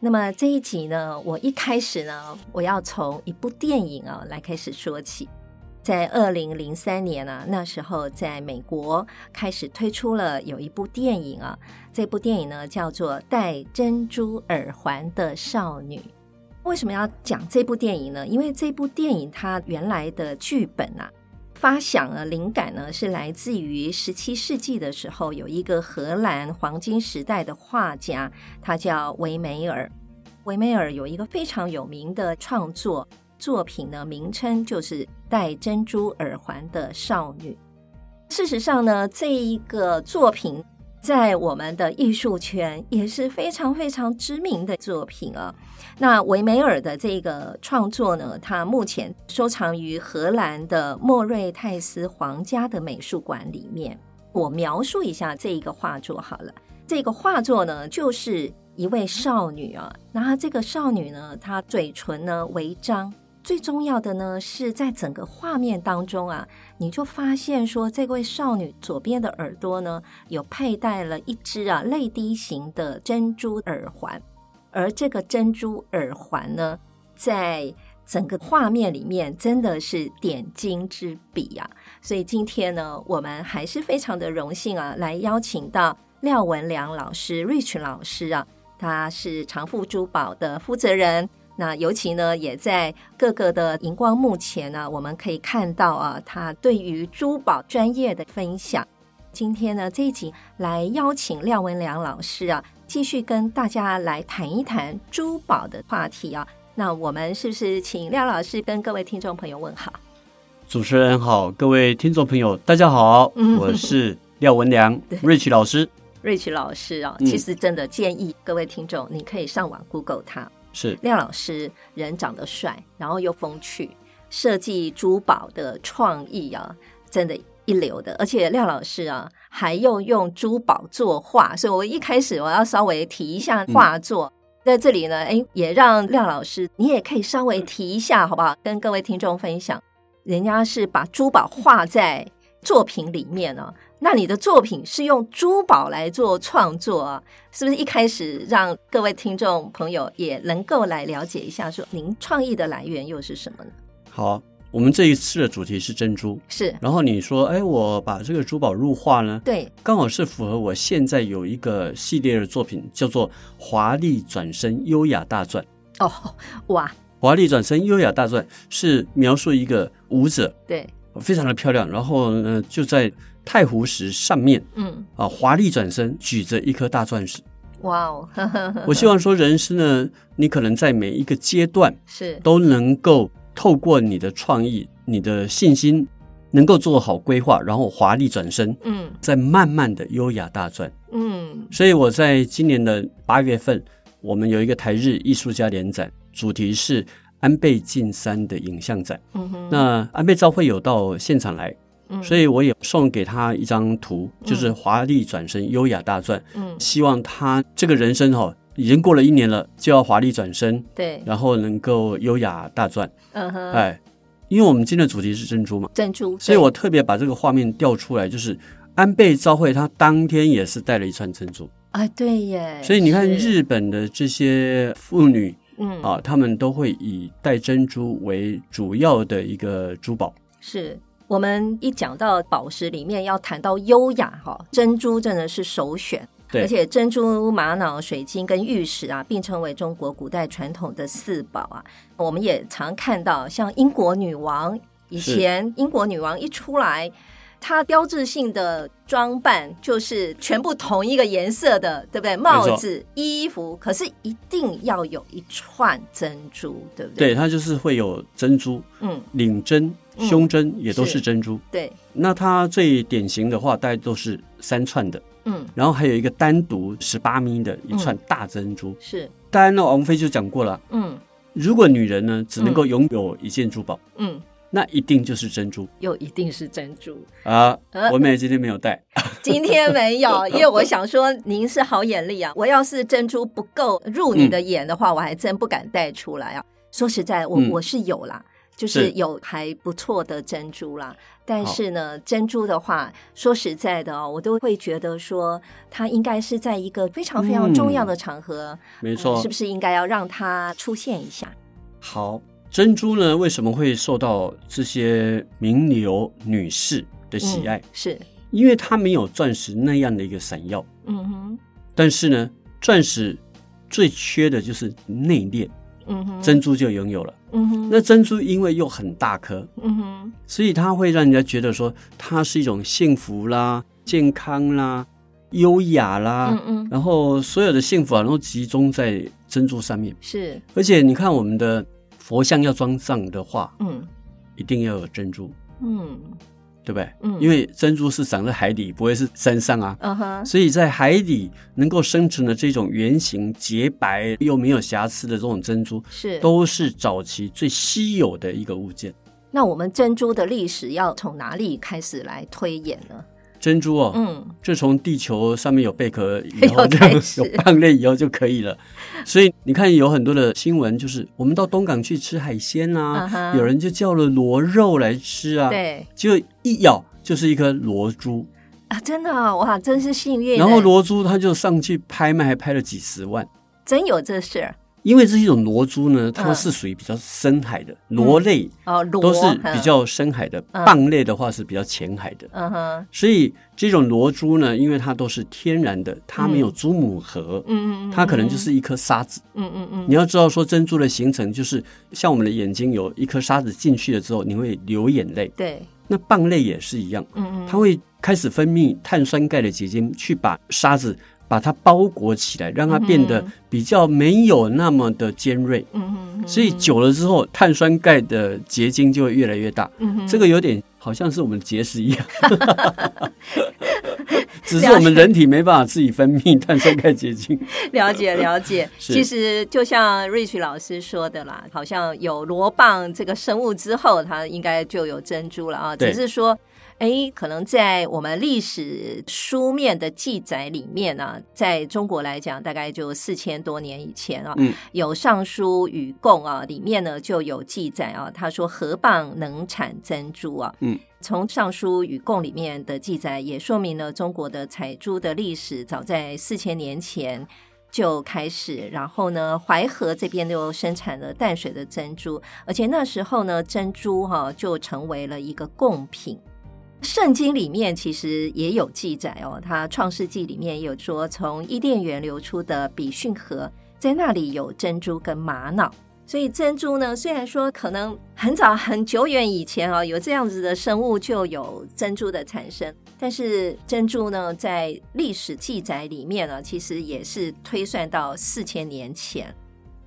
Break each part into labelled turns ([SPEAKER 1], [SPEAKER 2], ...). [SPEAKER 1] 那么这一集呢，我一开始呢，我要从一部电影啊、来开始说起。在二零零三年啊，那时候在美国开始推出了有一部电影啊，这部电影呢叫做《戴珍珠耳环的少女》。为什么要讲这部电影呢？因为这部电影它原来的剧本啊，发想啊，灵感呢是来自于十七世纪的时候，有一个荷兰黄金时代的画家，他叫维梅尔。维梅尔有一个非常有名的创作作品呢，名称就是《戴珍珠耳环的少女》。事实上呢，这一个作品在我们的艺术圈也是非常非常知名的作品啊。那维梅尔的这个创作呢，它目前收藏于荷兰的莫瑞泰斯皇家的美术馆里面。我描述一下这一个画作好了。这个画作呢，就是一位少女啊，那她这个少女呢，她嘴唇呢微张，最重要的呢是在整个画面当中啊，你就发现说这位少女左边的耳朵呢，有佩戴了一只啊泪滴型的珍珠耳环。而这个珍珠耳环呢，在整个画面里面真的是点睛之笔啊！所以今天呢，我们还是非常的荣幸啊，来邀请到廖文良老师、Rich 老师啊，他是长富珠宝的负责人。那尤其呢，也在各个的荧光幕前呢、我们可以看到啊，他对于珠宝专业的分享。今天呢，这一集来邀请廖文良老师啊，继续跟大家来谈一谈珠宝的话题啊。那我们是不是请廖老师跟各位听众朋友问好？
[SPEAKER 2] 主持人好，各位听众朋友，大家好，
[SPEAKER 1] 嗯
[SPEAKER 2] 我是廖文良，Rich 老师，
[SPEAKER 1] Rich 老师啊，
[SPEAKER 2] 嗯
[SPEAKER 1] 其实真的建议各位听众，你可以上网 Google 他。
[SPEAKER 2] 是
[SPEAKER 1] 廖老师人长得帅，然后又风趣，设计珠宝的创意啊，真的一流的。而且廖老师啊，还又用珠宝作画，所以我一开始我要稍微提一下画作。在这里呢，哎，也让廖老师，你也可以稍微提一下，好不好？跟各位听众分享，人家是把珠宝画在作品里面啊，那你的作品是用珠宝来做创作啊，是不是一开始让各位听众朋友也能够来了解一下，说您创意的来源又是什么呢？
[SPEAKER 2] 好。我们这一次的主题是珍珠，
[SPEAKER 1] 是
[SPEAKER 2] 然后你说，哎，我把这个珠宝入画呢，
[SPEAKER 1] 对，
[SPEAKER 2] 刚好是符合我现在有一个系列的作品，叫做《华丽转身优雅大传》。
[SPEAKER 1] 哦，哇，
[SPEAKER 2] 《华丽转身优雅大传》是描述一个舞者，
[SPEAKER 1] 对，
[SPEAKER 2] 非常的漂亮，然后呢就在太湖石上面
[SPEAKER 1] 嗯，
[SPEAKER 2] 啊，华丽转身举着一颗大钻石。
[SPEAKER 1] 哇哦， 呵呵呵
[SPEAKER 2] 我希望说，人生呢，你可能在每一个阶段
[SPEAKER 1] 是
[SPEAKER 2] 都能够透过你的创意、你的信心，能够做好规划，然后华丽转身，
[SPEAKER 1] 嗯
[SPEAKER 2] 再慢慢的优雅大转。
[SPEAKER 1] 嗯
[SPEAKER 2] 所以我在今年的八月份，我们有一个台日艺术家联展，主题是安倍晋三的影像展。
[SPEAKER 1] 嗯哼，
[SPEAKER 2] 那安倍昭惠有到现场来，
[SPEAKER 1] 嗯
[SPEAKER 2] 所以我也送给他一张图，就是华丽转身、优雅大转。
[SPEAKER 1] 嗯
[SPEAKER 2] 希望他这个人生哈、哦，已经过了一年了，就要华丽转身，
[SPEAKER 1] 对，
[SPEAKER 2] 然后能够优雅大转。
[SPEAKER 1] 嗯哼，
[SPEAKER 2] 哎，因为我们今天的主题是珍珠嘛，
[SPEAKER 1] 珍珠，
[SPEAKER 2] 所以
[SPEAKER 1] 对
[SPEAKER 2] 我特别把这个画面调出来，就是安倍昭惠她当天也是戴了一串珍珠，
[SPEAKER 1] 啊对耶，
[SPEAKER 2] 所以你看
[SPEAKER 1] 是
[SPEAKER 2] 日本的这些妇女
[SPEAKER 1] 嗯
[SPEAKER 2] 啊，她们都会以戴珍珠为主要的一个珠宝。
[SPEAKER 1] 是我们一讲到宝石里面要谈到优雅哈，珍珠真的是首选。
[SPEAKER 2] 对
[SPEAKER 1] 而且珍珠、玛瑙、水晶跟玉石啊，并称为中国古代传统的四宝啊。我们也常看到，像英国女王以
[SPEAKER 2] 是
[SPEAKER 1] 前，英国女王一出来，她标志性的装扮就是全部同一个颜色的，对不对？帽子、衣服，可是一定要有一串珍珠，对不对？
[SPEAKER 2] 对，它就是会有珍珠、
[SPEAKER 1] 嗯，
[SPEAKER 2] 领针、
[SPEAKER 1] 嗯
[SPEAKER 2] 胸针，也都
[SPEAKER 1] 是
[SPEAKER 2] 是珍珠。
[SPEAKER 1] 对，
[SPEAKER 2] 那它最典型的话，大概都是三串的，
[SPEAKER 1] 嗯，
[SPEAKER 2] 然后还有一个单独十八米的一串大珍珠。
[SPEAKER 1] 是，
[SPEAKER 2] 当然呢，王菲就讲过了，
[SPEAKER 1] 嗯，
[SPEAKER 2] 如果女人呢只能够拥有一件珠宝，
[SPEAKER 1] 嗯，
[SPEAKER 2] 那一定就是珍珠
[SPEAKER 1] 又一定是珍珠。
[SPEAKER 2] 啊
[SPEAKER 1] 呃！
[SPEAKER 2] 我妹今天没有带，
[SPEAKER 1] 今天没有，因为我想说您是好眼力啊。 我要是珍珠不够入你的眼的话，我还真不敢带出来啊。说实在，我、
[SPEAKER 2] 嗯
[SPEAKER 1] 我是有啦，就是
[SPEAKER 2] 是
[SPEAKER 1] 有还不错的珍珠啦。但是呢，珍珠的话，说实在的哦，我都会觉得说，它应该是在一个非常非常重要的场合，
[SPEAKER 2] 嗯没
[SPEAKER 1] 没
[SPEAKER 2] 错，
[SPEAKER 1] 是不是应该要让它出现一下？
[SPEAKER 2] 好，珍珠呢为什么会受到这些名流女士的喜爱？
[SPEAKER 1] 嗯、是，
[SPEAKER 2] 因为它没有钻石那样的一个闪耀，
[SPEAKER 1] 嗯哼，
[SPEAKER 2] 但是呢，钻石最缺的就是内敛，
[SPEAKER 1] 嗯哼，，
[SPEAKER 2] 珍珠就拥有了。
[SPEAKER 1] 嗯哼，
[SPEAKER 2] 那珍珠因为又很大颗，
[SPEAKER 1] 嗯哼，
[SPEAKER 2] 所以它会让人家觉得说它是一种幸福啦、健康啦、优雅啦，
[SPEAKER 1] 嗯嗯，
[SPEAKER 2] 然后所有的幸福啊，都集中在珍珠上面。
[SPEAKER 1] 是，
[SPEAKER 2] 而且你看我们的佛像要装上的话，
[SPEAKER 1] 嗯
[SPEAKER 2] 一定要有珍珠，
[SPEAKER 1] 嗯
[SPEAKER 2] 对不对？
[SPEAKER 1] 嗯，
[SPEAKER 2] 因为珍珠是长在海底，不会是山上啊。
[SPEAKER 1] 嗯哼，
[SPEAKER 2] 所以在海底能够生成的这种圆形、洁白又没有瑕疵的这种珍珠，
[SPEAKER 1] 是
[SPEAKER 2] 都是早期最稀有的一个物件。
[SPEAKER 1] 那我们珍珠的历史要从哪里开始来推演呢？
[SPEAKER 2] 珍珠哦，
[SPEAKER 1] 嗯，
[SPEAKER 2] 这从地球上面有贝壳以 后，
[SPEAKER 1] 要开始
[SPEAKER 2] 有蚌类以后就可以了。所以你看，有很多的新闻，就是我们到东港去吃海鲜
[SPEAKER 1] 嗯
[SPEAKER 2] 啊，
[SPEAKER 1] 哼
[SPEAKER 2] 有人就叫了螺肉来吃啊，
[SPEAKER 1] 对
[SPEAKER 2] 结果一咬就是一颗螺珠，
[SPEAKER 1] 啊，真的啊哇，真是幸运欸。
[SPEAKER 2] 然后螺珠它就上去拍卖，还拍了几十万。
[SPEAKER 1] 真有这事儿
[SPEAKER 2] 因为这一种螺珠呢，它
[SPEAKER 1] 嗯
[SPEAKER 2] 是属于比较深海的，螺类
[SPEAKER 1] 哦，螺
[SPEAKER 2] 都是比，
[SPEAKER 1] 嗯
[SPEAKER 2] 较深海的，
[SPEAKER 1] 嗯
[SPEAKER 2] 蚌类的话是比较浅海的。
[SPEAKER 1] 嗯哼，
[SPEAKER 2] 所以这种螺珠呢，因为它都是天然的，它没有珠母核，
[SPEAKER 1] 嗯嗯嗯，
[SPEAKER 2] 它可能就是一颗沙子。
[SPEAKER 1] 嗯嗯嗯，
[SPEAKER 2] 你要知道，说珍珠的形成就是像我们的眼睛有一颗沙子进去了之后，你会流眼泪。
[SPEAKER 1] 对，
[SPEAKER 2] 那蚌类也是一样，
[SPEAKER 1] 嗯嗯，
[SPEAKER 2] 它会开始分泌碳酸钙的结晶，去把沙子把它包裹起来，让它变得
[SPEAKER 1] 嗯
[SPEAKER 2] 比较没有那么的尖锐。
[SPEAKER 1] 嗯嗯嗯，
[SPEAKER 2] 所以久了之后，碳酸钙的结晶就会越来越大。
[SPEAKER 1] 嗯哼
[SPEAKER 2] 这个有点好像是我们结石一 样，只是我们人体没办法自己分泌碳酸钙结晶。
[SPEAKER 1] 了 解了解，
[SPEAKER 2] 是
[SPEAKER 1] 其实就像 Rich 老师说的啦，好像有螺蚌这个生物之后，它应该就有珍珠了啊。
[SPEAKER 2] 对
[SPEAKER 1] 只是说，哎，可能在我们历史书面的记载里面呢、在中国来讲，大概就四千多年以前啊，
[SPEAKER 2] 嗯
[SPEAKER 1] 有《尚书与贡》啊，里面呢就有记载啊，他说河蚌能产珍珠啊，
[SPEAKER 2] 嗯。
[SPEAKER 1] 从《尚书与贡》里面的记载也说明了中国的采珠的历史，早在四千年前就开始，然后呢，淮河这边就生产了淡水的珍珠，而且那时候呢，珍珠哈、就成为了一个贡品。圣经里面其实也有记载哦，它《创世纪》里面有说，从伊甸园流出的比逊河，在那里有珍珠跟玛瑙。所以珍珠呢，虽然说可能很早很久远以前哦，有这样子的生物就有珍珠的产生，但是珍珠呢，在历史记载里面呢，其实也是推算到四千年前。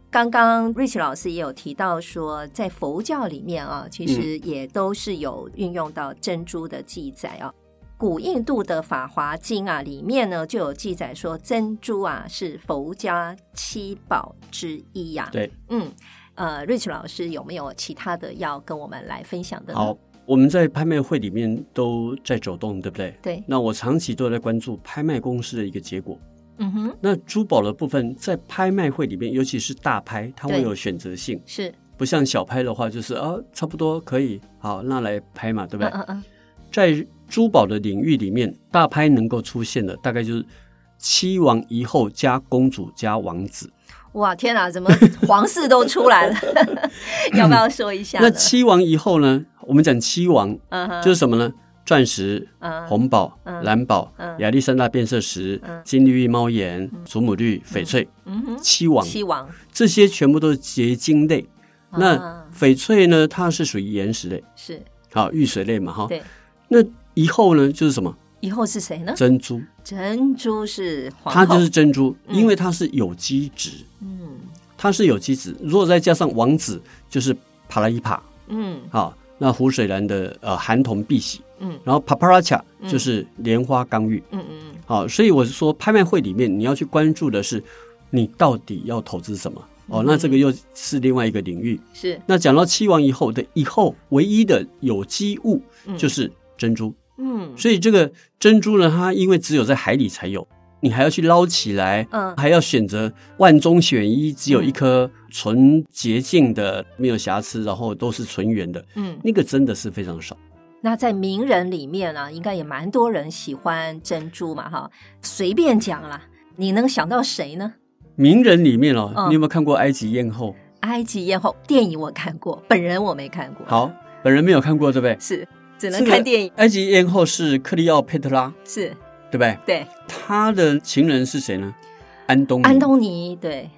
[SPEAKER 1] 刚刚 Rich 老师也有提到说，在佛教里面啊，其实也都是有运用到珍珠的记载啊。古印度的《法华经》啊，里面呢就有记载说，珍珠啊是佛家七宝之一呀、
[SPEAKER 2] 对，
[SPEAKER 1] 嗯，呃，Rich 老师有没有其他的要跟我们来分享的呢？
[SPEAKER 2] 好，，我们在拍卖会里面都在走动，对不对？
[SPEAKER 1] 对，
[SPEAKER 2] 那我长期都在关注拍卖公司的一个结果。
[SPEAKER 1] 嗯哼，
[SPEAKER 2] 那珠宝的部分在拍卖会里面，尤其是大拍，它会
[SPEAKER 1] 对
[SPEAKER 2] 有选择性，
[SPEAKER 1] 是，
[SPEAKER 2] 不像小拍的话，就是啊，差不多可以，好，那来拍嘛，对不
[SPEAKER 1] 嗯
[SPEAKER 2] 对？
[SPEAKER 1] 嗯嗯，
[SPEAKER 2] 在珠宝的领域里面，大拍能够出现的大概就是七王一后加公主加王子。
[SPEAKER 1] 哇，天哪，怎么皇室都出来了？ 要不要说一下呢？
[SPEAKER 2] 那七王一后呢？我们讲七王
[SPEAKER 1] 嗯哼，
[SPEAKER 2] 就是什么呢？钻石、
[SPEAKER 1] 嗯
[SPEAKER 2] 红宝、
[SPEAKER 1] 嗯
[SPEAKER 2] 蓝宝
[SPEAKER 1] 嗯、
[SPEAKER 2] 亚历山大变色石
[SPEAKER 1] 嗯、
[SPEAKER 2] 金缕玉猫眼、祖母绿、翡翠。
[SPEAKER 1] 嗯哼，
[SPEAKER 2] 七王
[SPEAKER 1] 七王，
[SPEAKER 2] 这些全部都是结晶类。那
[SPEAKER 1] 啊
[SPEAKER 2] 翡翠呢？它是属于岩石类，
[SPEAKER 1] 是
[SPEAKER 2] 好玉髓类嘛，哈。
[SPEAKER 1] 对。
[SPEAKER 2] 那以后呢，就是什么
[SPEAKER 1] 以后是谁呢？
[SPEAKER 2] 珍珠，
[SPEAKER 1] 珍珠是皇
[SPEAKER 2] 它
[SPEAKER 1] 后，
[SPEAKER 2] 就是珍珠，
[SPEAKER 1] 嗯
[SPEAKER 2] 因为它是有机质。
[SPEAKER 1] 嗯
[SPEAKER 2] 它是有机质，如果再加上王子，就是帕拉伊帕
[SPEAKER 1] 嗯
[SPEAKER 2] 啊，那湖水兰的呃含铜碧玺，
[SPEAKER 1] 嗯
[SPEAKER 2] 然后帕帕拉恰
[SPEAKER 1] 嗯
[SPEAKER 2] 就是莲花刚玉，
[SPEAKER 1] 嗯嗯
[SPEAKER 2] 啊，所以我是说拍卖会里面你要去关注的是，你到底要投资什么？哦，那
[SPEAKER 1] 嗯
[SPEAKER 2] 这个又是另外一个领域。
[SPEAKER 1] 是，
[SPEAKER 2] 那讲到七王以后的以后，唯一的有机物
[SPEAKER 1] 嗯
[SPEAKER 2] 就是珍珠，
[SPEAKER 1] 嗯
[SPEAKER 2] 所以这个珍珠呢，它因为只有在海里才有，你还要去捞起来，
[SPEAKER 1] 嗯
[SPEAKER 2] 还要选择万中选一，只有一颗纯洁净的，没有瑕疵，然后都是纯圆的，
[SPEAKER 1] 嗯，
[SPEAKER 2] 那个真的是非常少。
[SPEAKER 1] 那在名人里面呢、应该也蛮多人喜欢珍珠嘛，哈，随便讲啦，你能想到谁呢？
[SPEAKER 2] 名人里面哦，
[SPEAKER 1] 嗯
[SPEAKER 2] 你有没有看过埃及艳后？
[SPEAKER 1] 埃及艳后电影我看过，本人我没看过，
[SPEAKER 2] 好，本人没有看过，对不对？
[SPEAKER 1] 是只能
[SPEAKER 2] 这个
[SPEAKER 1] 看电影，
[SPEAKER 2] 埃及艳后是克利奥佩特拉，
[SPEAKER 1] 是
[SPEAKER 2] 对不对？
[SPEAKER 1] 对，
[SPEAKER 2] 她的情人是谁呢？安东尼。
[SPEAKER 1] 安东尼对，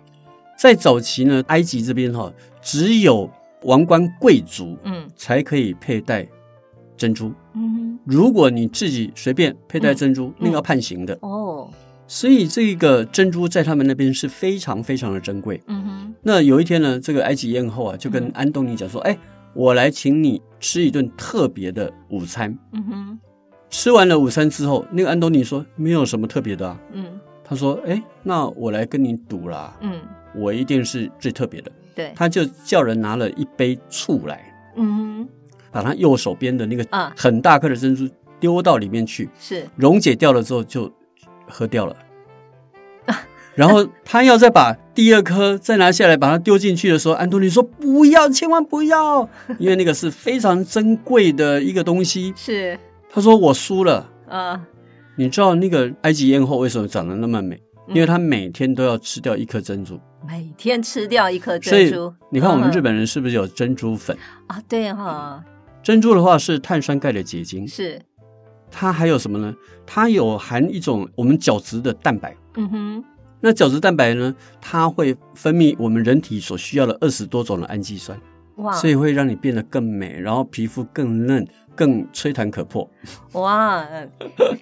[SPEAKER 2] 在早期呢，埃及这边哈、只有王冠贵族
[SPEAKER 1] 嗯
[SPEAKER 2] 才可以佩戴珍珠。
[SPEAKER 1] 嗯
[SPEAKER 2] 如果你自己随便佩戴珍珠，那个要判刑的。
[SPEAKER 1] 哦
[SPEAKER 2] 所以这个珍珠在他们那边是非常非常的珍贵。
[SPEAKER 1] 嗯哼
[SPEAKER 2] 那有一天呢，这个埃及艳后啊，就跟
[SPEAKER 1] 嗯
[SPEAKER 2] 安东尼讲说：“哎，我来请你吃一顿特别的午餐。
[SPEAKER 1] 嗯哼”
[SPEAKER 2] 吃完了午餐之后，那个安东尼说：“没有什么特别的啊。
[SPEAKER 1] 嗯”
[SPEAKER 2] 他说：“哎，那我来跟你赌啦，
[SPEAKER 1] 嗯
[SPEAKER 2] 我一定是最特别的。”
[SPEAKER 1] 对，
[SPEAKER 2] 他就叫人拿了一杯醋来，
[SPEAKER 1] 嗯哼
[SPEAKER 2] 把他右手边的那个
[SPEAKER 1] 啊
[SPEAKER 2] 很大颗的珍珠丢到里面去，
[SPEAKER 1] 是
[SPEAKER 2] 溶解掉了之后就喝掉了。 然后他要再把第二颗再拿下来，把它丢进去的时候，安东尼说：“不要，千万不要， 因为那个是非常珍贵的一个东西。
[SPEAKER 1] 是”
[SPEAKER 2] 他说：“我输了。
[SPEAKER 1] 啊”
[SPEAKER 2] 你知道那个埃及艳后为什么长得那么美？
[SPEAKER 1] 嗯
[SPEAKER 2] 因为她每天都要吃掉一颗珍珠。
[SPEAKER 1] 每天吃掉一颗
[SPEAKER 2] 所
[SPEAKER 1] 珍
[SPEAKER 2] 以
[SPEAKER 1] 珠
[SPEAKER 2] 你看，我们
[SPEAKER 1] 嗯
[SPEAKER 2] 日本人是不是有珍珠粉？
[SPEAKER 1] 啊对哈、
[SPEAKER 2] 珍珠的话是碳酸钙的结晶，
[SPEAKER 1] 是
[SPEAKER 2] 它还有什么呢？它有含一种我们角质的蛋白。
[SPEAKER 1] 嗯哼
[SPEAKER 2] 那角质蛋白呢，它会分泌我们人体所需要的二十多种的氨基酸，
[SPEAKER 1] 哇
[SPEAKER 2] 所以会让你变得更美，然后皮肤更嫩、更吹弹可破。
[SPEAKER 1] 哇，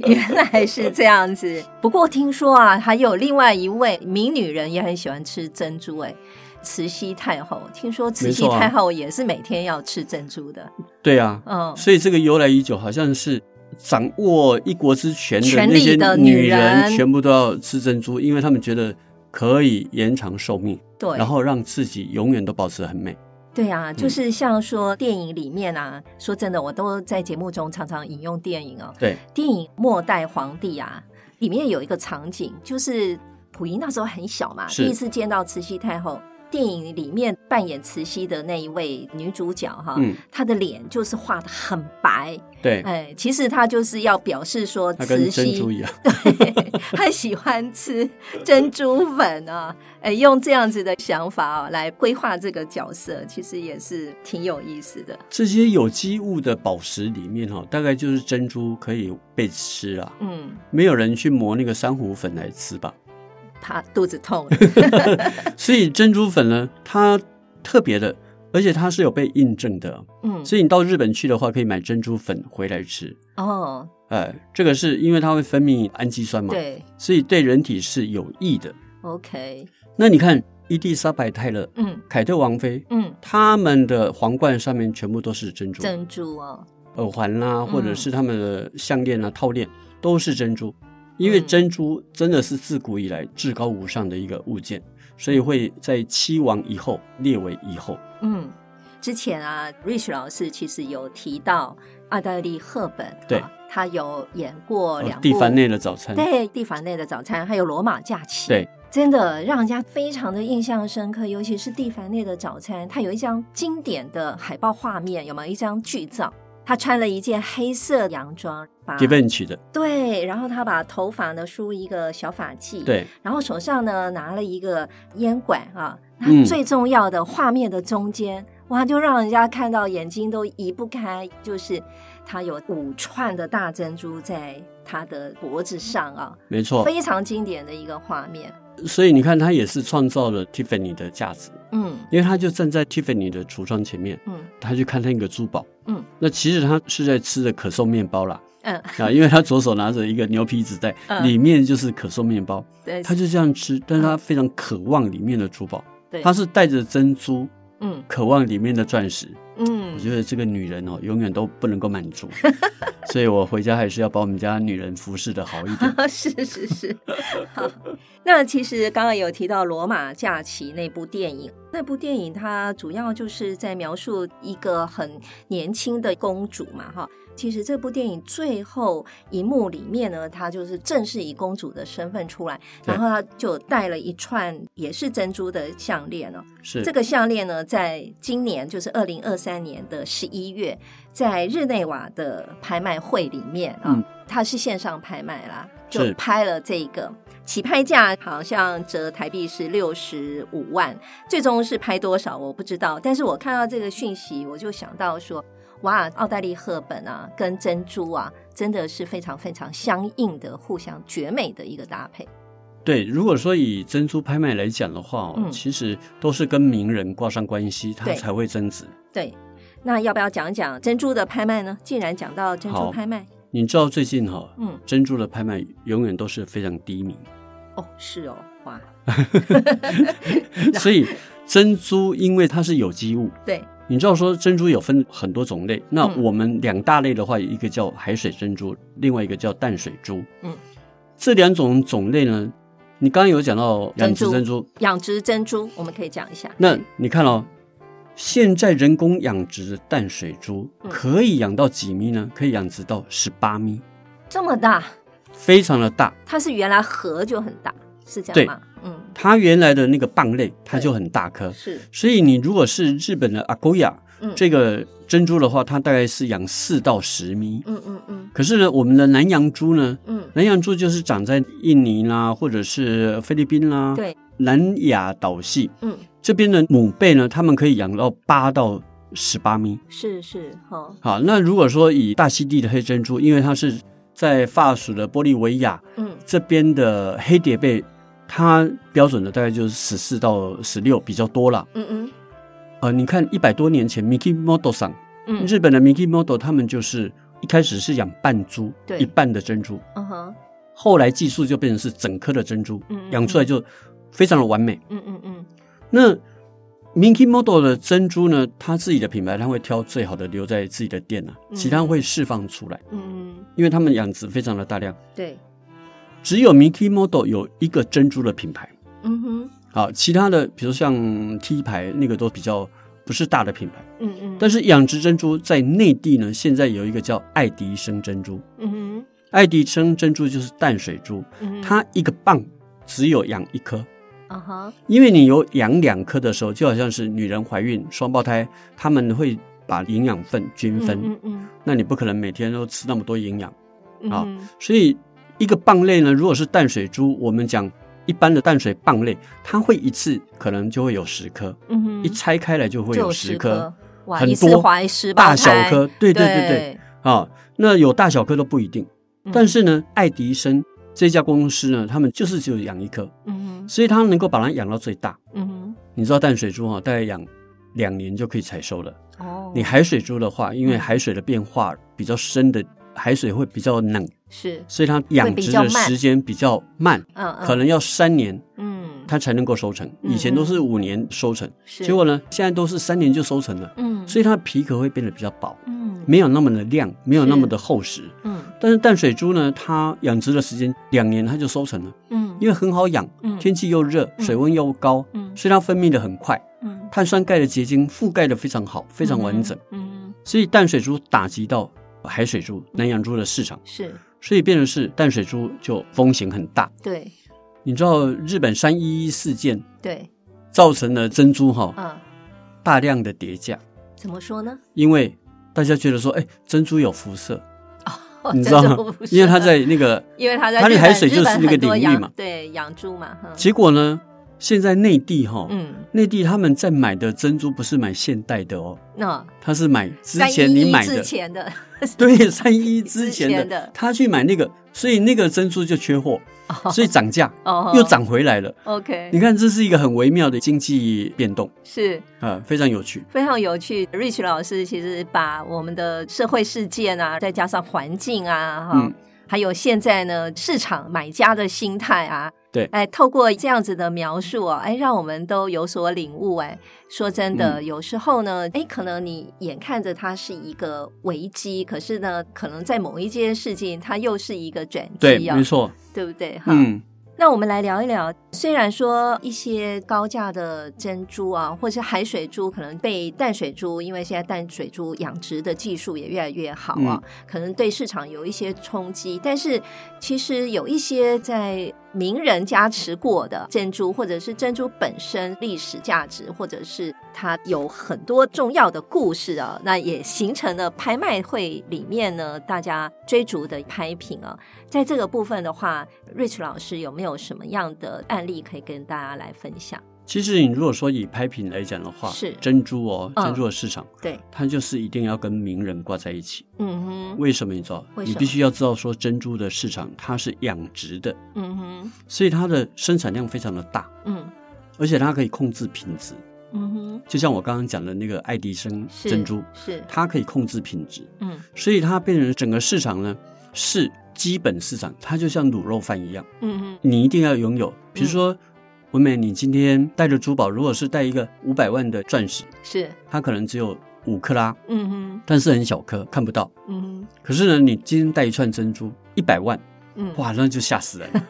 [SPEAKER 1] 原来是这样子。 不过听说啊，还有另外一位名女人也很喜欢吃珍珠、哎，慈禧太后。听说慈禧
[SPEAKER 2] 没错啊
[SPEAKER 1] 太后也是每天要吃珍珠的，
[SPEAKER 2] 对啊，
[SPEAKER 1] 嗯，
[SPEAKER 2] 所以这个由来已久，好像是掌握一国之权的
[SPEAKER 1] 权
[SPEAKER 2] 那些
[SPEAKER 1] 力的女
[SPEAKER 2] 女人，
[SPEAKER 1] 人
[SPEAKER 2] 全部都要吃珍珠，因为她们觉得可以延长寿命，
[SPEAKER 1] 对
[SPEAKER 2] 然。后嗯让自己永远都保持得很美。
[SPEAKER 1] 对啊，就是像说电影里面啊，说真的，我都在节目中常常引用电影哦。
[SPEAKER 2] 对，
[SPEAKER 1] 电影《末代皇帝》啊，里面有一个场景，就是溥仪那时候很小嘛，
[SPEAKER 2] 是
[SPEAKER 1] 第一次见到慈禧太后。电影里面扮演慈禧的那一位女主角哈，
[SPEAKER 2] 嗯，
[SPEAKER 1] 她的脸就是画的很白，
[SPEAKER 2] 对，
[SPEAKER 1] 哎，其实她就是要表示说
[SPEAKER 2] 它跟
[SPEAKER 1] 慈
[SPEAKER 2] 珍珠
[SPEAKER 1] 禧
[SPEAKER 2] 一样。
[SPEAKER 1] 对，他喜欢吃 珍珠粉啊，哎，用这样子的想法啊来规划这个角色，其实也是挺有意思的。
[SPEAKER 2] 这些有机物的宝石里面哈、大概就是珍珠可以被吃啦，
[SPEAKER 1] 嗯，
[SPEAKER 2] 没有人去磨那个珊瑚粉来吃吧。
[SPEAKER 1] 怕肚子痛了。
[SPEAKER 2] 所以珍珠粉呢，它特别的，而且它是有被印证的。
[SPEAKER 1] 嗯，
[SPEAKER 2] 所以你到日本去的话，可以买珍珠粉回来吃。
[SPEAKER 1] 哦，
[SPEAKER 2] 哎，这个是因为它会分泌氨基酸嘛，
[SPEAKER 1] 对
[SPEAKER 2] 所以对人体是有益的。
[SPEAKER 1] ，OK，
[SPEAKER 2] 那你看伊丽莎白泰勒、
[SPEAKER 1] 嗯
[SPEAKER 2] 凯特王妃，
[SPEAKER 1] 嗯，
[SPEAKER 2] 他们的皇冠上面全部都是珍珠，
[SPEAKER 1] 珍珠哦，
[SPEAKER 2] 耳环啦、或者
[SPEAKER 1] 嗯
[SPEAKER 2] 是他们的项链啊、套链，都是珍珠。因为
[SPEAKER 1] 嗯
[SPEAKER 2] 珍珠真的是自古以来至高无上的一个物件，所以会在七王以后列为以后。
[SPEAKER 1] 嗯，之前啊，Rich 老师其实有提到奥黛丽·赫本，
[SPEAKER 2] 对哦
[SPEAKER 1] 啊，她有演过哦两部
[SPEAKER 2] 呃蒂凡内的早餐，
[SPEAKER 1] 对，蒂凡内的早餐，还有罗马假期，
[SPEAKER 2] 对，
[SPEAKER 1] 真的让人家非常的印象深刻。尤其是蒂凡内的早餐，它有一张经典的海报画面，有没有一张剧照？他穿了一件黑色洋装，把
[SPEAKER 2] Da Vinci 的，
[SPEAKER 1] 对，然后他把头发呢梳一个小发髻，，
[SPEAKER 2] 对，
[SPEAKER 1] 然后手上呢拿了一个烟管啊。
[SPEAKER 2] 嗯
[SPEAKER 1] 那最重要的画面的中间，哇，就让人家看到眼睛都移不开，就是他有五串的大珍珠在他的脖子上啊，
[SPEAKER 2] 没错。
[SPEAKER 1] 非常经典的一个画面。
[SPEAKER 2] 所以你看，他也是创造了 Tiffany 的价值，
[SPEAKER 1] 嗯
[SPEAKER 2] 因为他就站在 Tiffany 的橱窗前面，
[SPEAKER 1] 嗯
[SPEAKER 2] 他去看那个珠宝。
[SPEAKER 1] 嗯，
[SPEAKER 2] 那其实他是在吃的可颂面包啦，
[SPEAKER 1] 嗯，
[SPEAKER 2] 啊，因为他左手拿着一个牛皮纸袋，
[SPEAKER 1] 嗯
[SPEAKER 2] 里面就是可颂面包。
[SPEAKER 1] 对，
[SPEAKER 2] 他就这样吃，但他非常渴望里面的珠宝，
[SPEAKER 1] 对
[SPEAKER 2] 他是带着珍珠，
[SPEAKER 1] 嗯
[SPEAKER 2] 渴望里面的钻石，
[SPEAKER 1] 嗯
[SPEAKER 2] 我，觉得这个女人哦，永远都不能够满足，所以我回家还是要把我们家女人服侍的好一 点。
[SPEAKER 1] 是是是，好。那其实刚刚有提到《罗马假期》那部电影，那部电影它主要就是在描述一个很年轻的公主嘛，哈。其实这部电影最后一幕里面呢，她就是正式以公主的身份出来，
[SPEAKER 2] 对
[SPEAKER 1] 然后她就戴了一串也是珍珠的项链哦。
[SPEAKER 2] 是
[SPEAKER 1] 这个项链呢，在今年就是二零二三年的十一月，在日内瓦的拍卖会里面啊，
[SPEAKER 2] 嗯
[SPEAKER 1] 它是线上拍卖啦，
[SPEAKER 2] 是
[SPEAKER 1] 就拍了这个。起拍价好像折台币是六十五万，最终是拍多少我不知道。但是我看到这个讯息，我就想到说，哇，奥黛丽·赫本啊，跟珍珠啊，真的是非常非常相应的、互相绝美的一个搭配。
[SPEAKER 2] 对，如果说以珍珠拍卖来讲的话哦，
[SPEAKER 1] 嗯
[SPEAKER 2] 其实都是跟名人挂上关系，它
[SPEAKER 1] 对
[SPEAKER 2] 才会增值。
[SPEAKER 1] 对，那要不要讲讲珍珠的拍卖呢？既然讲到珍珠
[SPEAKER 2] 好
[SPEAKER 1] 拍卖，
[SPEAKER 2] 你知道最近哈、
[SPEAKER 1] 嗯，
[SPEAKER 2] 珍珠的拍卖永远都是非常低 迷，
[SPEAKER 1] 哦，是哦，哇，
[SPEAKER 2] 所以珍珠因为它是有机物，
[SPEAKER 1] 对，
[SPEAKER 2] 你知道说珍珠有分很多种类，那
[SPEAKER 1] 嗯
[SPEAKER 2] 我们两大类的话，一个叫海水珍珠，另外一个叫淡水珠。
[SPEAKER 1] 嗯，
[SPEAKER 2] 这两种种类呢，你刚刚有讲到养殖
[SPEAKER 1] 珍珠
[SPEAKER 2] 珍珠，
[SPEAKER 1] 养殖珍珠我们可以讲一下。
[SPEAKER 2] 那你看哦，现在人工养殖的淡水珠
[SPEAKER 1] 嗯
[SPEAKER 2] 可以养到几米呢？可以养殖到十八米，
[SPEAKER 1] 这么大，
[SPEAKER 2] 非常的大。
[SPEAKER 1] 它是原来河就很大，是这
[SPEAKER 2] 对
[SPEAKER 1] 样吗？嗯，
[SPEAKER 2] 它原来的那个蚌类，它
[SPEAKER 1] 对
[SPEAKER 2] 就很大颗，
[SPEAKER 1] 是，
[SPEAKER 2] 所以你如果是日本的阿沟亚
[SPEAKER 1] 嗯，
[SPEAKER 2] 这个珍珠的话，它大概是养四到十米。
[SPEAKER 1] 嗯嗯嗯
[SPEAKER 2] 可是呢，我们的南洋珠呢，
[SPEAKER 1] 嗯，
[SPEAKER 2] 南洋珠就是长在印尼啦，或者是菲律宾啦，
[SPEAKER 1] 对，
[SPEAKER 2] 南亚岛系
[SPEAKER 1] 嗯，
[SPEAKER 2] 这边的母贝呢，它们可以养到八到十八米。
[SPEAKER 1] 是是，哈，
[SPEAKER 2] 好，那如果说以大溪地的黑珍珠，因为它是在法属的玻利维亚
[SPEAKER 1] 嗯
[SPEAKER 2] 这边的黑蝶贝，它标准的大概就是十四到十六比较多啦。
[SPEAKER 1] 嗯嗯
[SPEAKER 2] 呃，你看一百多年前，Miki Moto 上
[SPEAKER 1] 嗯，
[SPEAKER 2] 日本的 Miki Moto 他们就是一开始是养半株，
[SPEAKER 1] 对
[SPEAKER 2] 一半的珍珠，
[SPEAKER 1] 嗯哼，
[SPEAKER 2] 后来技术就变成是整颗的珍珠，
[SPEAKER 1] 嗯嗯
[SPEAKER 2] 养出来就非常的完美。
[SPEAKER 1] 嗯嗯嗯，
[SPEAKER 2] 那 Minky Model 的珍珠呢，它自己的品牌，它会挑最好的留在自己的店啊，
[SPEAKER 1] 嗯
[SPEAKER 2] 其他会释放出来，
[SPEAKER 1] 嗯，
[SPEAKER 2] 因为他们养殖非常的大量。
[SPEAKER 1] 对，
[SPEAKER 2] 只有 Minky Model 有一个珍珠的品牌，
[SPEAKER 1] 嗯哼，
[SPEAKER 2] 好，其他的比如像 T 牌那个都比较不是大的品牌。
[SPEAKER 1] 嗯嗯，
[SPEAKER 2] 但是养殖珍珠在内地呢，现在有一个叫爱迪生珍珠，
[SPEAKER 1] 嗯哼，
[SPEAKER 2] 爱迪生珍珠就是淡水珠，
[SPEAKER 1] 嗯哼，
[SPEAKER 2] 它一个蚌只有养一颗，
[SPEAKER 1] 啊哈，
[SPEAKER 2] 因为你有养两颗的时候，就好像是女人怀孕双胞胎，她们会把营养分均分，
[SPEAKER 1] 嗯嗯
[SPEAKER 2] 那你不可能每天都吃那么多营养，
[SPEAKER 1] 嗯，
[SPEAKER 2] 好
[SPEAKER 1] 嗯
[SPEAKER 2] 所以一个蚌类呢，如果是淡水珠，我们讲一般的淡水蚌类，它会一次可能就会有十颗，
[SPEAKER 1] 嗯哼，
[SPEAKER 2] 一拆开来就会
[SPEAKER 1] 就
[SPEAKER 2] 有
[SPEAKER 1] 有
[SPEAKER 2] 十
[SPEAKER 1] 十
[SPEAKER 2] 颗
[SPEAKER 1] 颗，，哇，
[SPEAKER 2] 很
[SPEAKER 1] 一次
[SPEAKER 2] 多
[SPEAKER 1] 怀十胞
[SPEAKER 2] 大小
[SPEAKER 1] 胎
[SPEAKER 2] 颗，对对对对，
[SPEAKER 1] 对，
[SPEAKER 2] 啊、那有大小颗都不一定，
[SPEAKER 1] 嗯
[SPEAKER 2] 但是呢，爱迪生这家公司呢，他们就是只有养一颗，
[SPEAKER 1] 嗯哼，
[SPEAKER 2] 所以它能够把它养到最大。
[SPEAKER 1] 嗯哼。
[SPEAKER 2] 你知道淡水珠哈、大概养两年就可以采收了。
[SPEAKER 1] 哦，嗯
[SPEAKER 2] 你海水珠的话，因为海水的变化比较深的，海水会比较冷，
[SPEAKER 1] 是，
[SPEAKER 2] 所以它养殖的时间比较慢，
[SPEAKER 1] 嗯嗯，
[SPEAKER 2] 可能要三年
[SPEAKER 1] 嗯，
[SPEAKER 2] 它才能够收成。
[SPEAKER 1] 嗯
[SPEAKER 2] 以前都是五年收成，
[SPEAKER 1] 是，
[SPEAKER 2] 结果呢，现在都是三年就收成了，
[SPEAKER 1] 嗯，
[SPEAKER 2] 所以它的皮壳会变得比较薄，
[SPEAKER 1] 嗯
[SPEAKER 2] 没有那么的亮，没有那么的厚实。
[SPEAKER 1] 嗯
[SPEAKER 2] 但是淡水珠呢，它养殖的时间两年它就收成了，
[SPEAKER 1] 嗯，
[SPEAKER 2] 因为很好养，
[SPEAKER 1] 嗯
[SPEAKER 2] 天气又热，
[SPEAKER 1] 嗯
[SPEAKER 2] 水温又高，
[SPEAKER 1] 嗯
[SPEAKER 2] 所以它分泌的很快。
[SPEAKER 1] 嗯
[SPEAKER 2] 碳酸钙的结晶覆盖的非常好，非常完整，，
[SPEAKER 1] 嗯嗯
[SPEAKER 2] 所以淡水珠打击到海水珠、南洋珠的市场，
[SPEAKER 1] 是
[SPEAKER 2] 所以变成是淡水珠就风险很大。
[SPEAKER 1] 对
[SPEAKER 2] 你知道日本三一一事件
[SPEAKER 1] 对，
[SPEAKER 2] 造成了珍珠哈、
[SPEAKER 1] 嗯，
[SPEAKER 2] 大量的跌价，
[SPEAKER 1] 怎么说呢？
[SPEAKER 2] 因为大家觉得说，哎，珍珠有辐射，
[SPEAKER 1] 哦
[SPEAKER 2] 你知道
[SPEAKER 1] 珍珠
[SPEAKER 2] 吗
[SPEAKER 1] 不？是
[SPEAKER 2] 因为它在那个，
[SPEAKER 1] 因为他在
[SPEAKER 2] 它的
[SPEAKER 1] 日本
[SPEAKER 2] 海水就是
[SPEAKER 1] 日本
[SPEAKER 2] 那个
[SPEAKER 1] 很多
[SPEAKER 2] 领域
[SPEAKER 1] 养
[SPEAKER 2] 嘛
[SPEAKER 1] 对，养猪嘛，哼
[SPEAKER 2] 结果呢，现在内地哈、
[SPEAKER 1] 嗯，
[SPEAKER 2] 内地他们在买的珍珠不是买现代的哦，
[SPEAKER 1] 那
[SPEAKER 2] 它是买之
[SPEAKER 1] 三
[SPEAKER 2] 前
[SPEAKER 1] 一
[SPEAKER 2] 你
[SPEAKER 1] 一
[SPEAKER 2] 买的
[SPEAKER 1] 之，前的
[SPEAKER 2] 对，三一之前
[SPEAKER 1] 之
[SPEAKER 2] 的，
[SPEAKER 1] 前的
[SPEAKER 2] 他去买那个，所以那个珍珠就缺货，所以涨价、
[SPEAKER 1] 哦，哎
[SPEAKER 2] 又涨回来了。
[SPEAKER 1] ，OK，
[SPEAKER 2] 你看，这是一个很微妙的经济变动
[SPEAKER 1] 是
[SPEAKER 2] 啊、非常有趣。
[SPEAKER 1] 非常有趣。Rich 老师其实把我们的社会事件啊，再加上环境啊，哈、
[SPEAKER 2] 嗯
[SPEAKER 1] 还有现在呢市场买家的心态啊，
[SPEAKER 2] 对
[SPEAKER 1] 哎，透过这样子的描述啊，哎，让我们都有所领悟。哎，说真
[SPEAKER 2] 嗯
[SPEAKER 1] 的，有时候呢，哎，可能你眼看着它是一个危机，可是呢，可能在某一件事情，它又是一个转
[SPEAKER 2] 对，
[SPEAKER 1] 机啊
[SPEAKER 2] 没，错，
[SPEAKER 1] 对不对？哈。
[SPEAKER 2] 嗯，
[SPEAKER 1] 那我们来聊一聊，虽然说一些高价的珍珠啊，或是海水珠，可能被淡水珠，因为现在淡水珠养殖的技术也越来越好啊，可能对市场有一些冲击。但是其实有一些在名人加持过的珍珠，或者是珍珠本身历史价值，或者是它有很多重要的故事啊，那也形成了拍卖会里面呢大家追逐的拍品啊。在这个部分的话，Rich 老师有没有什么样的案例可以跟大家来分享？
[SPEAKER 2] 其实你如果说以拍品来讲的话，
[SPEAKER 1] 是
[SPEAKER 2] 珍珠哦，
[SPEAKER 1] 嗯
[SPEAKER 2] 珍珠的市场，
[SPEAKER 1] 对，
[SPEAKER 2] 它就是一定要跟名人挂在一起。
[SPEAKER 1] 嗯哼，
[SPEAKER 2] 为什么你知道？
[SPEAKER 1] 为什
[SPEAKER 2] 你
[SPEAKER 1] 么
[SPEAKER 2] 必须要知道说珍珠的市场它是养殖的，
[SPEAKER 1] 嗯哼，
[SPEAKER 2] 所以它的生产量非常的大，
[SPEAKER 1] 嗯
[SPEAKER 2] 而且它可以控制品质。
[SPEAKER 1] 嗯哼，
[SPEAKER 2] 就像我刚刚讲的那个爱迪生
[SPEAKER 1] 是
[SPEAKER 2] 珍珠，
[SPEAKER 1] 是，
[SPEAKER 2] 它可以控制品质，
[SPEAKER 1] 嗯
[SPEAKER 2] 所以它变成整个市场呢是基本市场，它就像卤肉饭一样，
[SPEAKER 1] 嗯哼，
[SPEAKER 2] 你一定要拥有。比如
[SPEAKER 1] 嗯
[SPEAKER 2] 说，文美，你今天带着珠宝，如果是带一个五百万的钻石，
[SPEAKER 1] 是，
[SPEAKER 2] 它可能只有五克拉，
[SPEAKER 1] 嗯哼，
[SPEAKER 2] 但是很小颗，看不到。
[SPEAKER 1] 嗯
[SPEAKER 2] 可是呢，你今天带一串珍珠一百万，
[SPEAKER 1] 哼嗯，
[SPEAKER 2] 哇，那就吓死人 了。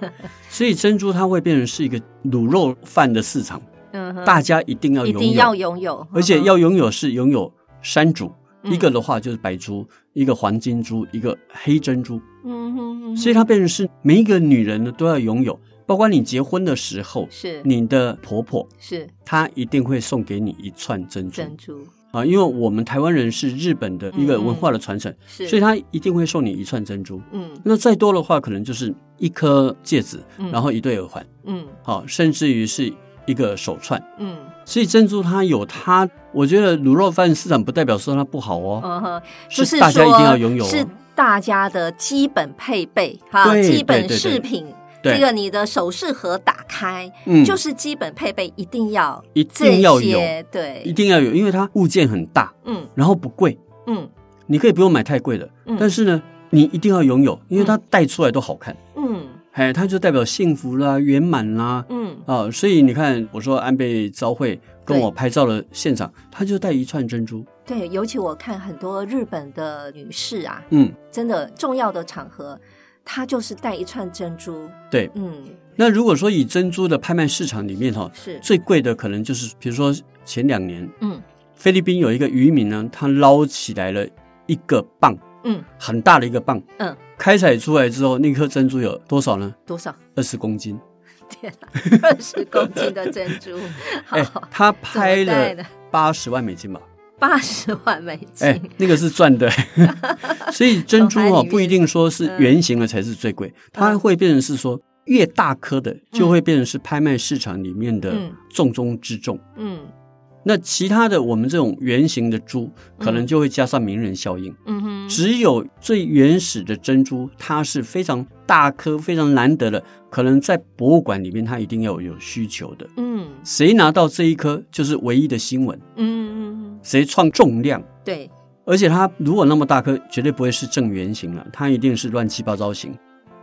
[SPEAKER 2] 所以珍珠它会变成是一个卤肉饭的市场，
[SPEAKER 1] 嗯哼，
[SPEAKER 2] 大家一定要
[SPEAKER 1] 一
[SPEAKER 2] 拥
[SPEAKER 1] 定要
[SPEAKER 2] 有，
[SPEAKER 1] 拥有，
[SPEAKER 2] 而且要拥有是拥有三组，
[SPEAKER 1] 嗯
[SPEAKER 2] 一个的话就是白珠，一个黄金珠，一个黑珍珠。
[SPEAKER 1] 嗯哼，嗯哼，
[SPEAKER 2] 所以它变成是每一个女人呢都要拥有，包括你结婚的时候，
[SPEAKER 1] 是
[SPEAKER 2] 你的婆婆
[SPEAKER 1] 是
[SPEAKER 2] 她一定会送给你一串珍珠
[SPEAKER 1] 珍珠，
[SPEAKER 2] 啊，因为我们台湾人是日本的一个文化的传承，
[SPEAKER 1] 是，
[SPEAKER 2] 所以她一定会送你一串珍珠。
[SPEAKER 1] 嗯
[SPEAKER 2] 那再多的话，可能就是一颗戒指，
[SPEAKER 1] 嗯
[SPEAKER 2] 然后一对耳环，
[SPEAKER 1] 嗯
[SPEAKER 2] 好、甚至于是一个手串。
[SPEAKER 1] 嗯
[SPEAKER 2] 所以珍珠它有它，我觉得卤肉饭市场不代表说它不好哦，
[SPEAKER 1] 嗯哼，
[SPEAKER 2] 是
[SPEAKER 1] 不是
[SPEAKER 2] 大家一定
[SPEAKER 1] 说
[SPEAKER 2] 要拥有哦
[SPEAKER 1] 是大家的基本配备哈，
[SPEAKER 2] 对
[SPEAKER 1] 基本
[SPEAKER 2] 对对对
[SPEAKER 1] 饰品。
[SPEAKER 2] 对
[SPEAKER 1] 这个你的首饰盒打开，
[SPEAKER 2] 嗯
[SPEAKER 1] 就是基本配备一定要
[SPEAKER 2] 一
[SPEAKER 1] 这
[SPEAKER 2] 定要有，
[SPEAKER 1] 些，
[SPEAKER 2] 一
[SPEAKER 1] 对，
[SPEAKER 2] 定要有，因为它物件很大，
[SPEAKER 1] 嗯
[SPEAKER 2] 然后不贵，
[SPEAKER 1] 嗯
[SPEAKER 2] 你可以不用买太贵的，
[SPEAKER 1] 嗯
[SPEAKER 2] 但是呢，你一定要拥有，因为它带出来都好看，
[SPEAKER 1] 嗯
[SPEAKER 2] 哎，它就代表幸福啦、圆满啦。
[SPEAKER 1] 嗯，
[SPEAKER 2] 啊、所以你看，我说安倍昭惠跟
[SPEAKER 1] 对
[SPEAKER 2] 我拍照的现场，她就带一串珍珠，
[SPEAKER 1] 对，尤其我看很多日本的女士啊，
[SPEAKER 2] 嗯，
[SPEAKER 1] 真的重要的场合，她就是戴一串珍珠，
[SPEAKER 2] 对，
[SPEAKER 1] 嗯，
[SPEAKER 2] 那如果说以珍珠的拍卖市场里面哈、
[SPEAKER 1] 是，
[SPEAKER 2] 最贵的可能就是，比如说前两年
[SPEAKER 1] 嗯
[SPEAKER 2] 菲律宾有一个渔民呢，他捞起来了一个蚌，
[SPEAKER 1] 嗯
[SPEAKER 2] 很大的一个蚌，
[SPEAKER 1] 嗯，
[SPEAKER 2] 开采出来之后，那颗珍珠有多少呢？
[SPEAKER 1] 多 少？
[SPEAKER 2] 二十公斤。
[SPEAKER 1] 天啊，二十公斤的珍 珠，好，
[SPEAKER 2] 哎他拍
[SPEAKER 1] 怎么带的
[SPEAKER 2] 了八十万美 金吧？
[SPEAKER 1] 八十万美金，
[SPEAKER 2] 哎，那个是 赚的。所以珍珠
[SPEAKER 1] 从海
[SPEAKER 2] 哦，
[SPEAKER 1] 里面嗯
[SPEAKER 2] 不一定说是圆形的才是最贵，它会变成是说。越大颗的就会变成是拍卖市场里面的
[SPEAKER 1] 嗯
[SPEAKER 2] 重中之重。
[SPEAKER 1] 嗯
[SPEAKER 2] 那其他的我们这种圆形的珠，可能就会加上名人效应。
[SPEAKER 1] 嗯哼，
[SPEAKER 2] 只有最原始的珍珠，它是非常大颗、非常难得的，可能在博物馆里面它一定要有需求的。
[SPEAKER 1] 嗯
[SPEAKER 2] 谁拿到这一颗就是唯一的新闻，
[SPEAKER 1] 嗯嗯嗯，
[SPEAKER 2] 谁创重量。
[SPEAKER 1] 对，
[SPEAKER 2] 而且它如果那么大颗，绝对不会是正圆形了，它一定是乱七八糟形，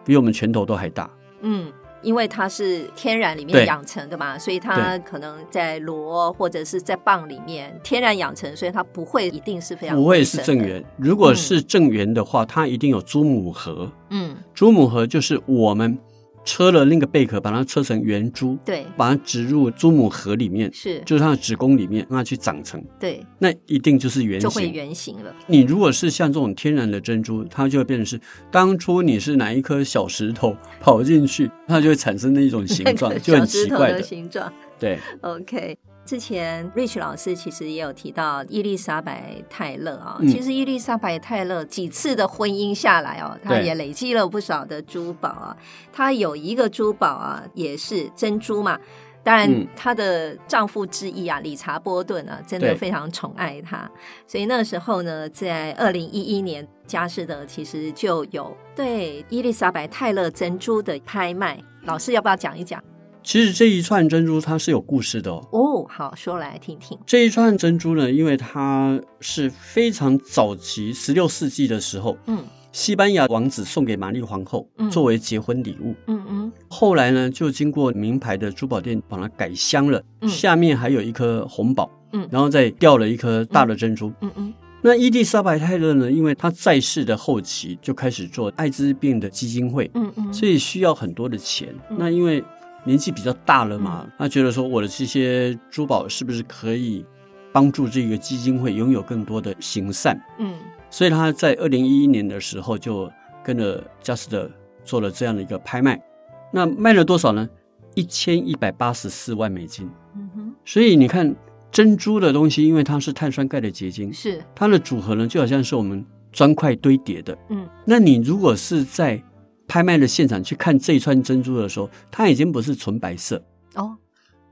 [SPEAKER 2] 比我们拳头都还大。
[SPEAKER 1] 嗯，因为它是天然里面
[SPEAKER 2] 对
[SPEAKER 1] 养成的嘛，所以它可能在螺或者是在蚌里面天然养成，所以它不会一定是非常
[SPEAKER 2] 不会是
[SPEAKER 1] 规
[SPEAKER 2] 正
[SPEAKER 1] 整的。
[SPEAKER 2] 圆，如果是正圆的话，它一定有珠母核。
[SPEAKER 1] 嗯，
[SPEAKER 2] 珠母核就是我们车了那个贝壳，把它车成圆珠，
[SPEAKER 1] 对，
[SPEAKER 2] 把它植入珠母核里面，
[SPEAKER 1] 是，
[SPEAKER 2] 就是它的子宫里面，让它去长成，
[SPEAKER 1] 对，
[SPEAKER 2] 那一定就是圆
[SPEAKER 1] 就会
[SPEAKER 2] 形。
[SPEAKER 1] 圆形了。
[SPEAKER 2] 你如果是像这种天然的珍珠，它就会变成是当初你是哪一颗小石 头跑进去，它就会产生那一种形状
[SPEAKER 1] 那，个
[SPEAKER 2] 就很
[SPEAKER 1] 小石
[SPEAKER 2] 奇
[SPEAKER 1] 头
[SPEAKER 2] 怪
[SPEAKER 1] 的
[SPEAKER 2] 的。
[SPEAKER 1] 形状。
[SPEAKER 2] 对，
[SPEAKER 1] OK，之前 Rich 老师其实也有提到伊丽莎白泰勒啊、
[SPEAKER 2] 嗯
[SPEAKER 1] 其实伊丽莎白泰勒几次的婚姻下来哦，她
[SPEAKER 2] 对
[SPEAKER 1] 也累积了不少的珠宝啊。她有一个珠宝啊，也是珍珠嘛。当然
[SPEAKER 2] 嗯，
[SPEAKER 1] 她的丈夫之一啊，理查波顿啊，真的
[SPEAKER 2] 对
[SPEAKER 1] 非常宠爱她。所以那时候呢，在二零一一年，佳士得其实就有对伊丽莎白泰勒珍珠的拍卖。老师要不要讲一讲？
[SPEAKER 2] 其实这一串珍珠它是有故事的哦。
[SPEAKER 1] 哦，好，说来听听。
[SPEAKER 2] 这一串珍珠呢，因为它是非常早期，十六世纪的时候，
[SPEAKER 1] 嗯
[SPEAKER 2] 西班牙王子送给玛丽皇后
[SPEAKER 1] 嗯
[SPEAKER 2] 作为结婚礼物。
[SPEAKER 1] 嗯嗯
[SPEAKER 2] 后来呢，就经过名牌的珠宝店把它改镶了，
[SPEAKER 1] 嗯
[SPEAKER 2] 下面还有一颗红宝，
[SPEAKER 1] 嗯
[SPEAKER 2] 然后再掉了一颗大的珍珠。
[SPEAKER 1] 嗯嗯
[SPEAKER 2] 那伊丽莎白泰勒呢，因为她在世的后期就开始做艾滋病的基金会，
[SPEAKER 1] 嗯嗯，
[SPEAKER 2] 所以需要很多的钱。
[SPEAKER 1] 嗯
[SPEAKER 2] 那因为年纪比较大了嘛，他觉得说我的这些珠宝是不是可以帮助这个基金会拥有更多的行善？
[SPEAKER 1] 嗯
[SPEAKER 2] 所以他在二零一一年的时候就跟着 Just 做了这样的一个拍卖，那卖了多少呢？一千一百八十四万美金。
[SPEAKER 1] 嗯哼
[SPEAKER 2] 所以你看珍珠的东西，因为它是碳酸钙的结晶，
[SPEAKER 1] 是
[SPEAKER 2] 它的组合呢就好像是我们砖块堆叠的。
[SPEAKER 1] 嗯，
[SPEAKER 2] 那你如果是在拍卖的现场去看这一串珍珠的时候，它已经不是纯白色，
[SPEAKER 1] 哦，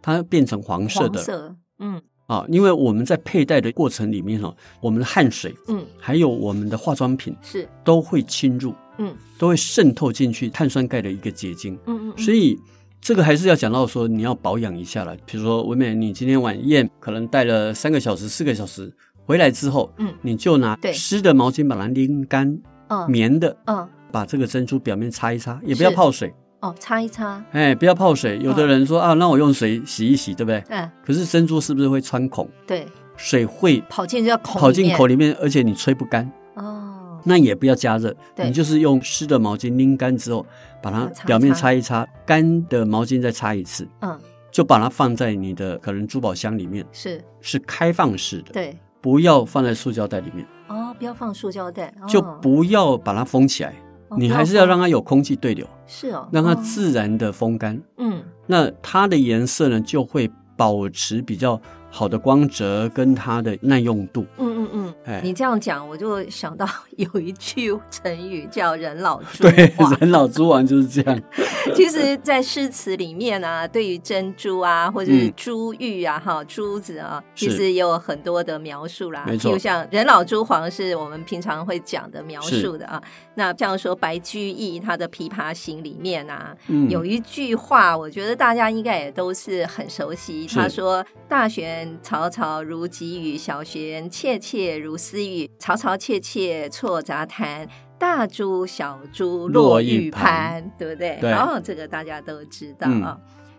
[SPEAKER 2] 它变成黄色
[SPEAKER 1] 黄
[SPEAKER 2] 的
[SPEAKER 1] 色，嗯
[SPEAKER 2] 啊。因为我们在佩戴的过程里面哦，我们的汗水
[SPEAKER 1] 嗯
[SPEAKER 2] 还有我们的化妆品
[SPEAKER 1] 是
[SPEAKER 2] 都会侵入，
[SPEAKER 1] 嗯
[SPEAKER 2] 都会渗透进去碳酸钙的一个结晶。
[SPEAKER 1] 嗯嗯，
[SPEAKER 2] 所
[SPEAKER 1] 以
[SPEAKER 2] 以这个还是要讲到说你要保养一下了。比如说，文美，你今天晚宴可能戴了三个小时、四个小时，回来之后，
[SPEAKER 1] 嗯
[SPEAKER 2] 你就拿
[SPEAKER 1] 对
[SPEAKER 2] 湿的毛巾把它拎干，
[SPEAKER 1] 嗯
[SPEAKER 2] 棉的，
[SPEAKER 1] 嗯
[SPEAKER 2] 把这个珍珠表面擦一擦，也
[SPEAKER 1] 是嗯
[SPEAKER 2] 不要泡水。
[SPEAKER 1] 哦，擦一擦，
[SPEAKER 2] 哎，不要泡水。有的人说、啊，那我用水洗一洗，对不对？
[SPEAKER 1] 嗯
[SPEAKER 2] 可是珍珠是不是会穿孔？
[SPEAKER 1] 对，
[SPEAKER 2] 水会
[SPEAKER 1] 跑进要口
[SPEAKER 2] 跑进口
[SPEAKER 1] 里
[SPEAKER 2] 里面，而且你吹不干。
[SPEAKER 1] 面哦，
[SPEAKER 2] 那也不要加热，
[SPEAKER 1] 对
[SPEAKER 2] 你就是用湿的毛巾拎干之后，把
[SPEAKER 1] 把它擦
[SPEAKER 2] 它
[SPEAKER 1] 一
[SPEAKER 2] 表面
[SPEAKER 1] 擦
[SPEAKER 2] 擦一擦，干的毛巾再擦一次，
[SPEAKER 1] 嗯
[SPEAKER 2] 就把它放在你的可能珠宝箱里面，
[SPEAKER 1] 是
[SPEAKER 2] 是开放式的，
[SPEAKER 1] 对
[SPEAKER 2] 不要放在塑胶袋里面，
[SPEAKER 1] 哦，不要放塑胶袋，哦
[SPEAKER 2] 就不要把它封起来，
[SPEAKER 1] 哦
[SPEAKER 2] 你
[SPEAKER 1] 不
[SPEAKER 2] 还是要
[SPEAKER 1] 放
[SPEAKER 2] 让它有空气对流，
[SPEAKER 1] 是哦，
[SPEAKER 2] 让它
[SPEAKER 1] 哦
[SPEAKER 2] 自然的风干。
[SPEAKER 1] 嗯
[SPEAKER 2] 那它的颜色呢，就会保持比较好的光泽跟它的耐用度。
[SPEAKER 1] 嗯嗯
[SPEAKER 2] 哎
[SPEAKER 1] 嗯，你这样讲，我就想到 有一句成语叫“人老珠
[SPEAKER 2] 对，
[SPEAKER 1] 黄”。
[SPEAKER 2] 人老珠黄就是这 样。
[SPEAKER 1] 其实，在诗词里面啊，对于珍珠啊，或者是
[SPEAKER 2] 嗯
[SPEAKER 1] 珠玉啊、哈、珠子啊，
[SPEAKER 2] 是
[SPEAKER 1] 其实也有很多的描述啦。
[SPEAKER 2] 没错
[SPEAKER 1] 譬如像“人老珠黄”是我们平常会讲的描述的啊。那像说白居易他的《琵琶行》里面啊，
[SPEAKER 2] 嗯，
[SPEAKER 1] 有一句话，我觉得大家应该也都是很熟悉。
[SPEAKER 2] 是
[SPEAKER 1] 他说：“大弦嘈嘈如急雨，小弦切切如私语，嘈嘈切切错杂谈。”大珠小珠落
[SPEAKER 2] 落
[SPEAKER 1] 玉
[SPEAKER 2] 玉盘
[SPEAKER 1] 盘，对不对？
[SPEAKER 2] 对嗯
[SPEAKER 1] 然后这个大家都知道啊。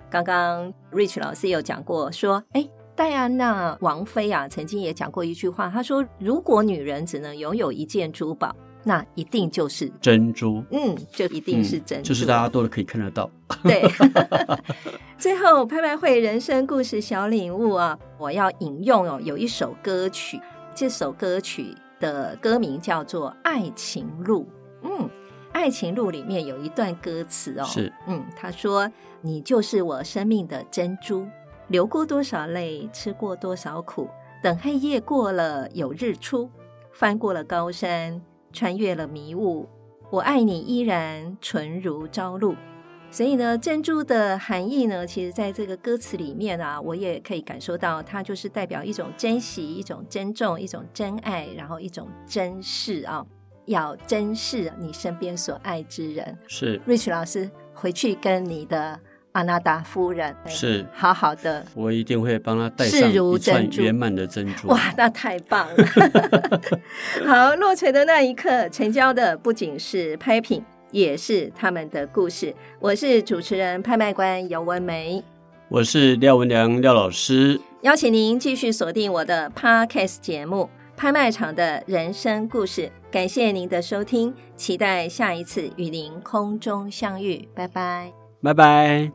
[SPEAKER 1] 刚刚 Rich 老师有讲过，说，哎，戴安娜王妃啊，曾经也讲过一句话，她说：“如果女人只能拥有一件珠宝，那一定就是，
[SPEAKER 2] 珍珠，
[SPEAKER 1] 嗯，就一定是
[SPEAKER 2] 嗯
[SPEAKER 1] 珍珠了、
[SPEAKER 2] 就是大家都可以看得到。
[SPEAKER 1] 对， 最后拍卖会人生故事小领悟啊，我要引用哦，有一首歌曲，这首歌曲的歌名叫做《爱情路》。嗯，《爱情路》里面有一段歌词哦，
[SPEAKER 2] 是，
[SPEAKER 1] 嗯，他说：“你就是我生命的珍珠，流过多少泪，吃过多少苦，等黑夜过了有日出，翻过了高山，穿越了迷雾，我爱你依然纯如朝露。”所以呢，珍珠的含义呢，其实在这个歌词里面啊，我也可以感受到，它就是代表一种珍惜、一种珍重、一种真爱，然后一种珍视啊，要珍视你身边所爱之人。
[SPEAKER 2] 是
[SPEAKER 1] Rich 老师回去跟你的阿纳达夫人
[SPEAKER 2] 是，
[SPEAKER 1] 好好的，
[SPEAKER 2] 我一定会帮他戴
[SPEAKER 1] 视
[SPEAKER 2] 上
[SPEAKER 1] 如
[SPEAKER 2] 一串
[SPEAKER 1] 珍珠
[SPEAKER 2] 圆满的珍珠。
[SPEAKER 1] 哇，那太棒了！好，落锤的那一刻，成交的不仅是拍品，也是他们的故事。我是主持人、拍卖官尤文梅。
[SPEAKER 2] 我是廖文良廖老师，
[SPEAKER 1] 邀请您继续锁定我的 Podcast 节目《拍卖场的人生故事》。感谢您的收听，期待下一次与您空中相遇，拜拜。
[SPEAKER 2] 拜拜。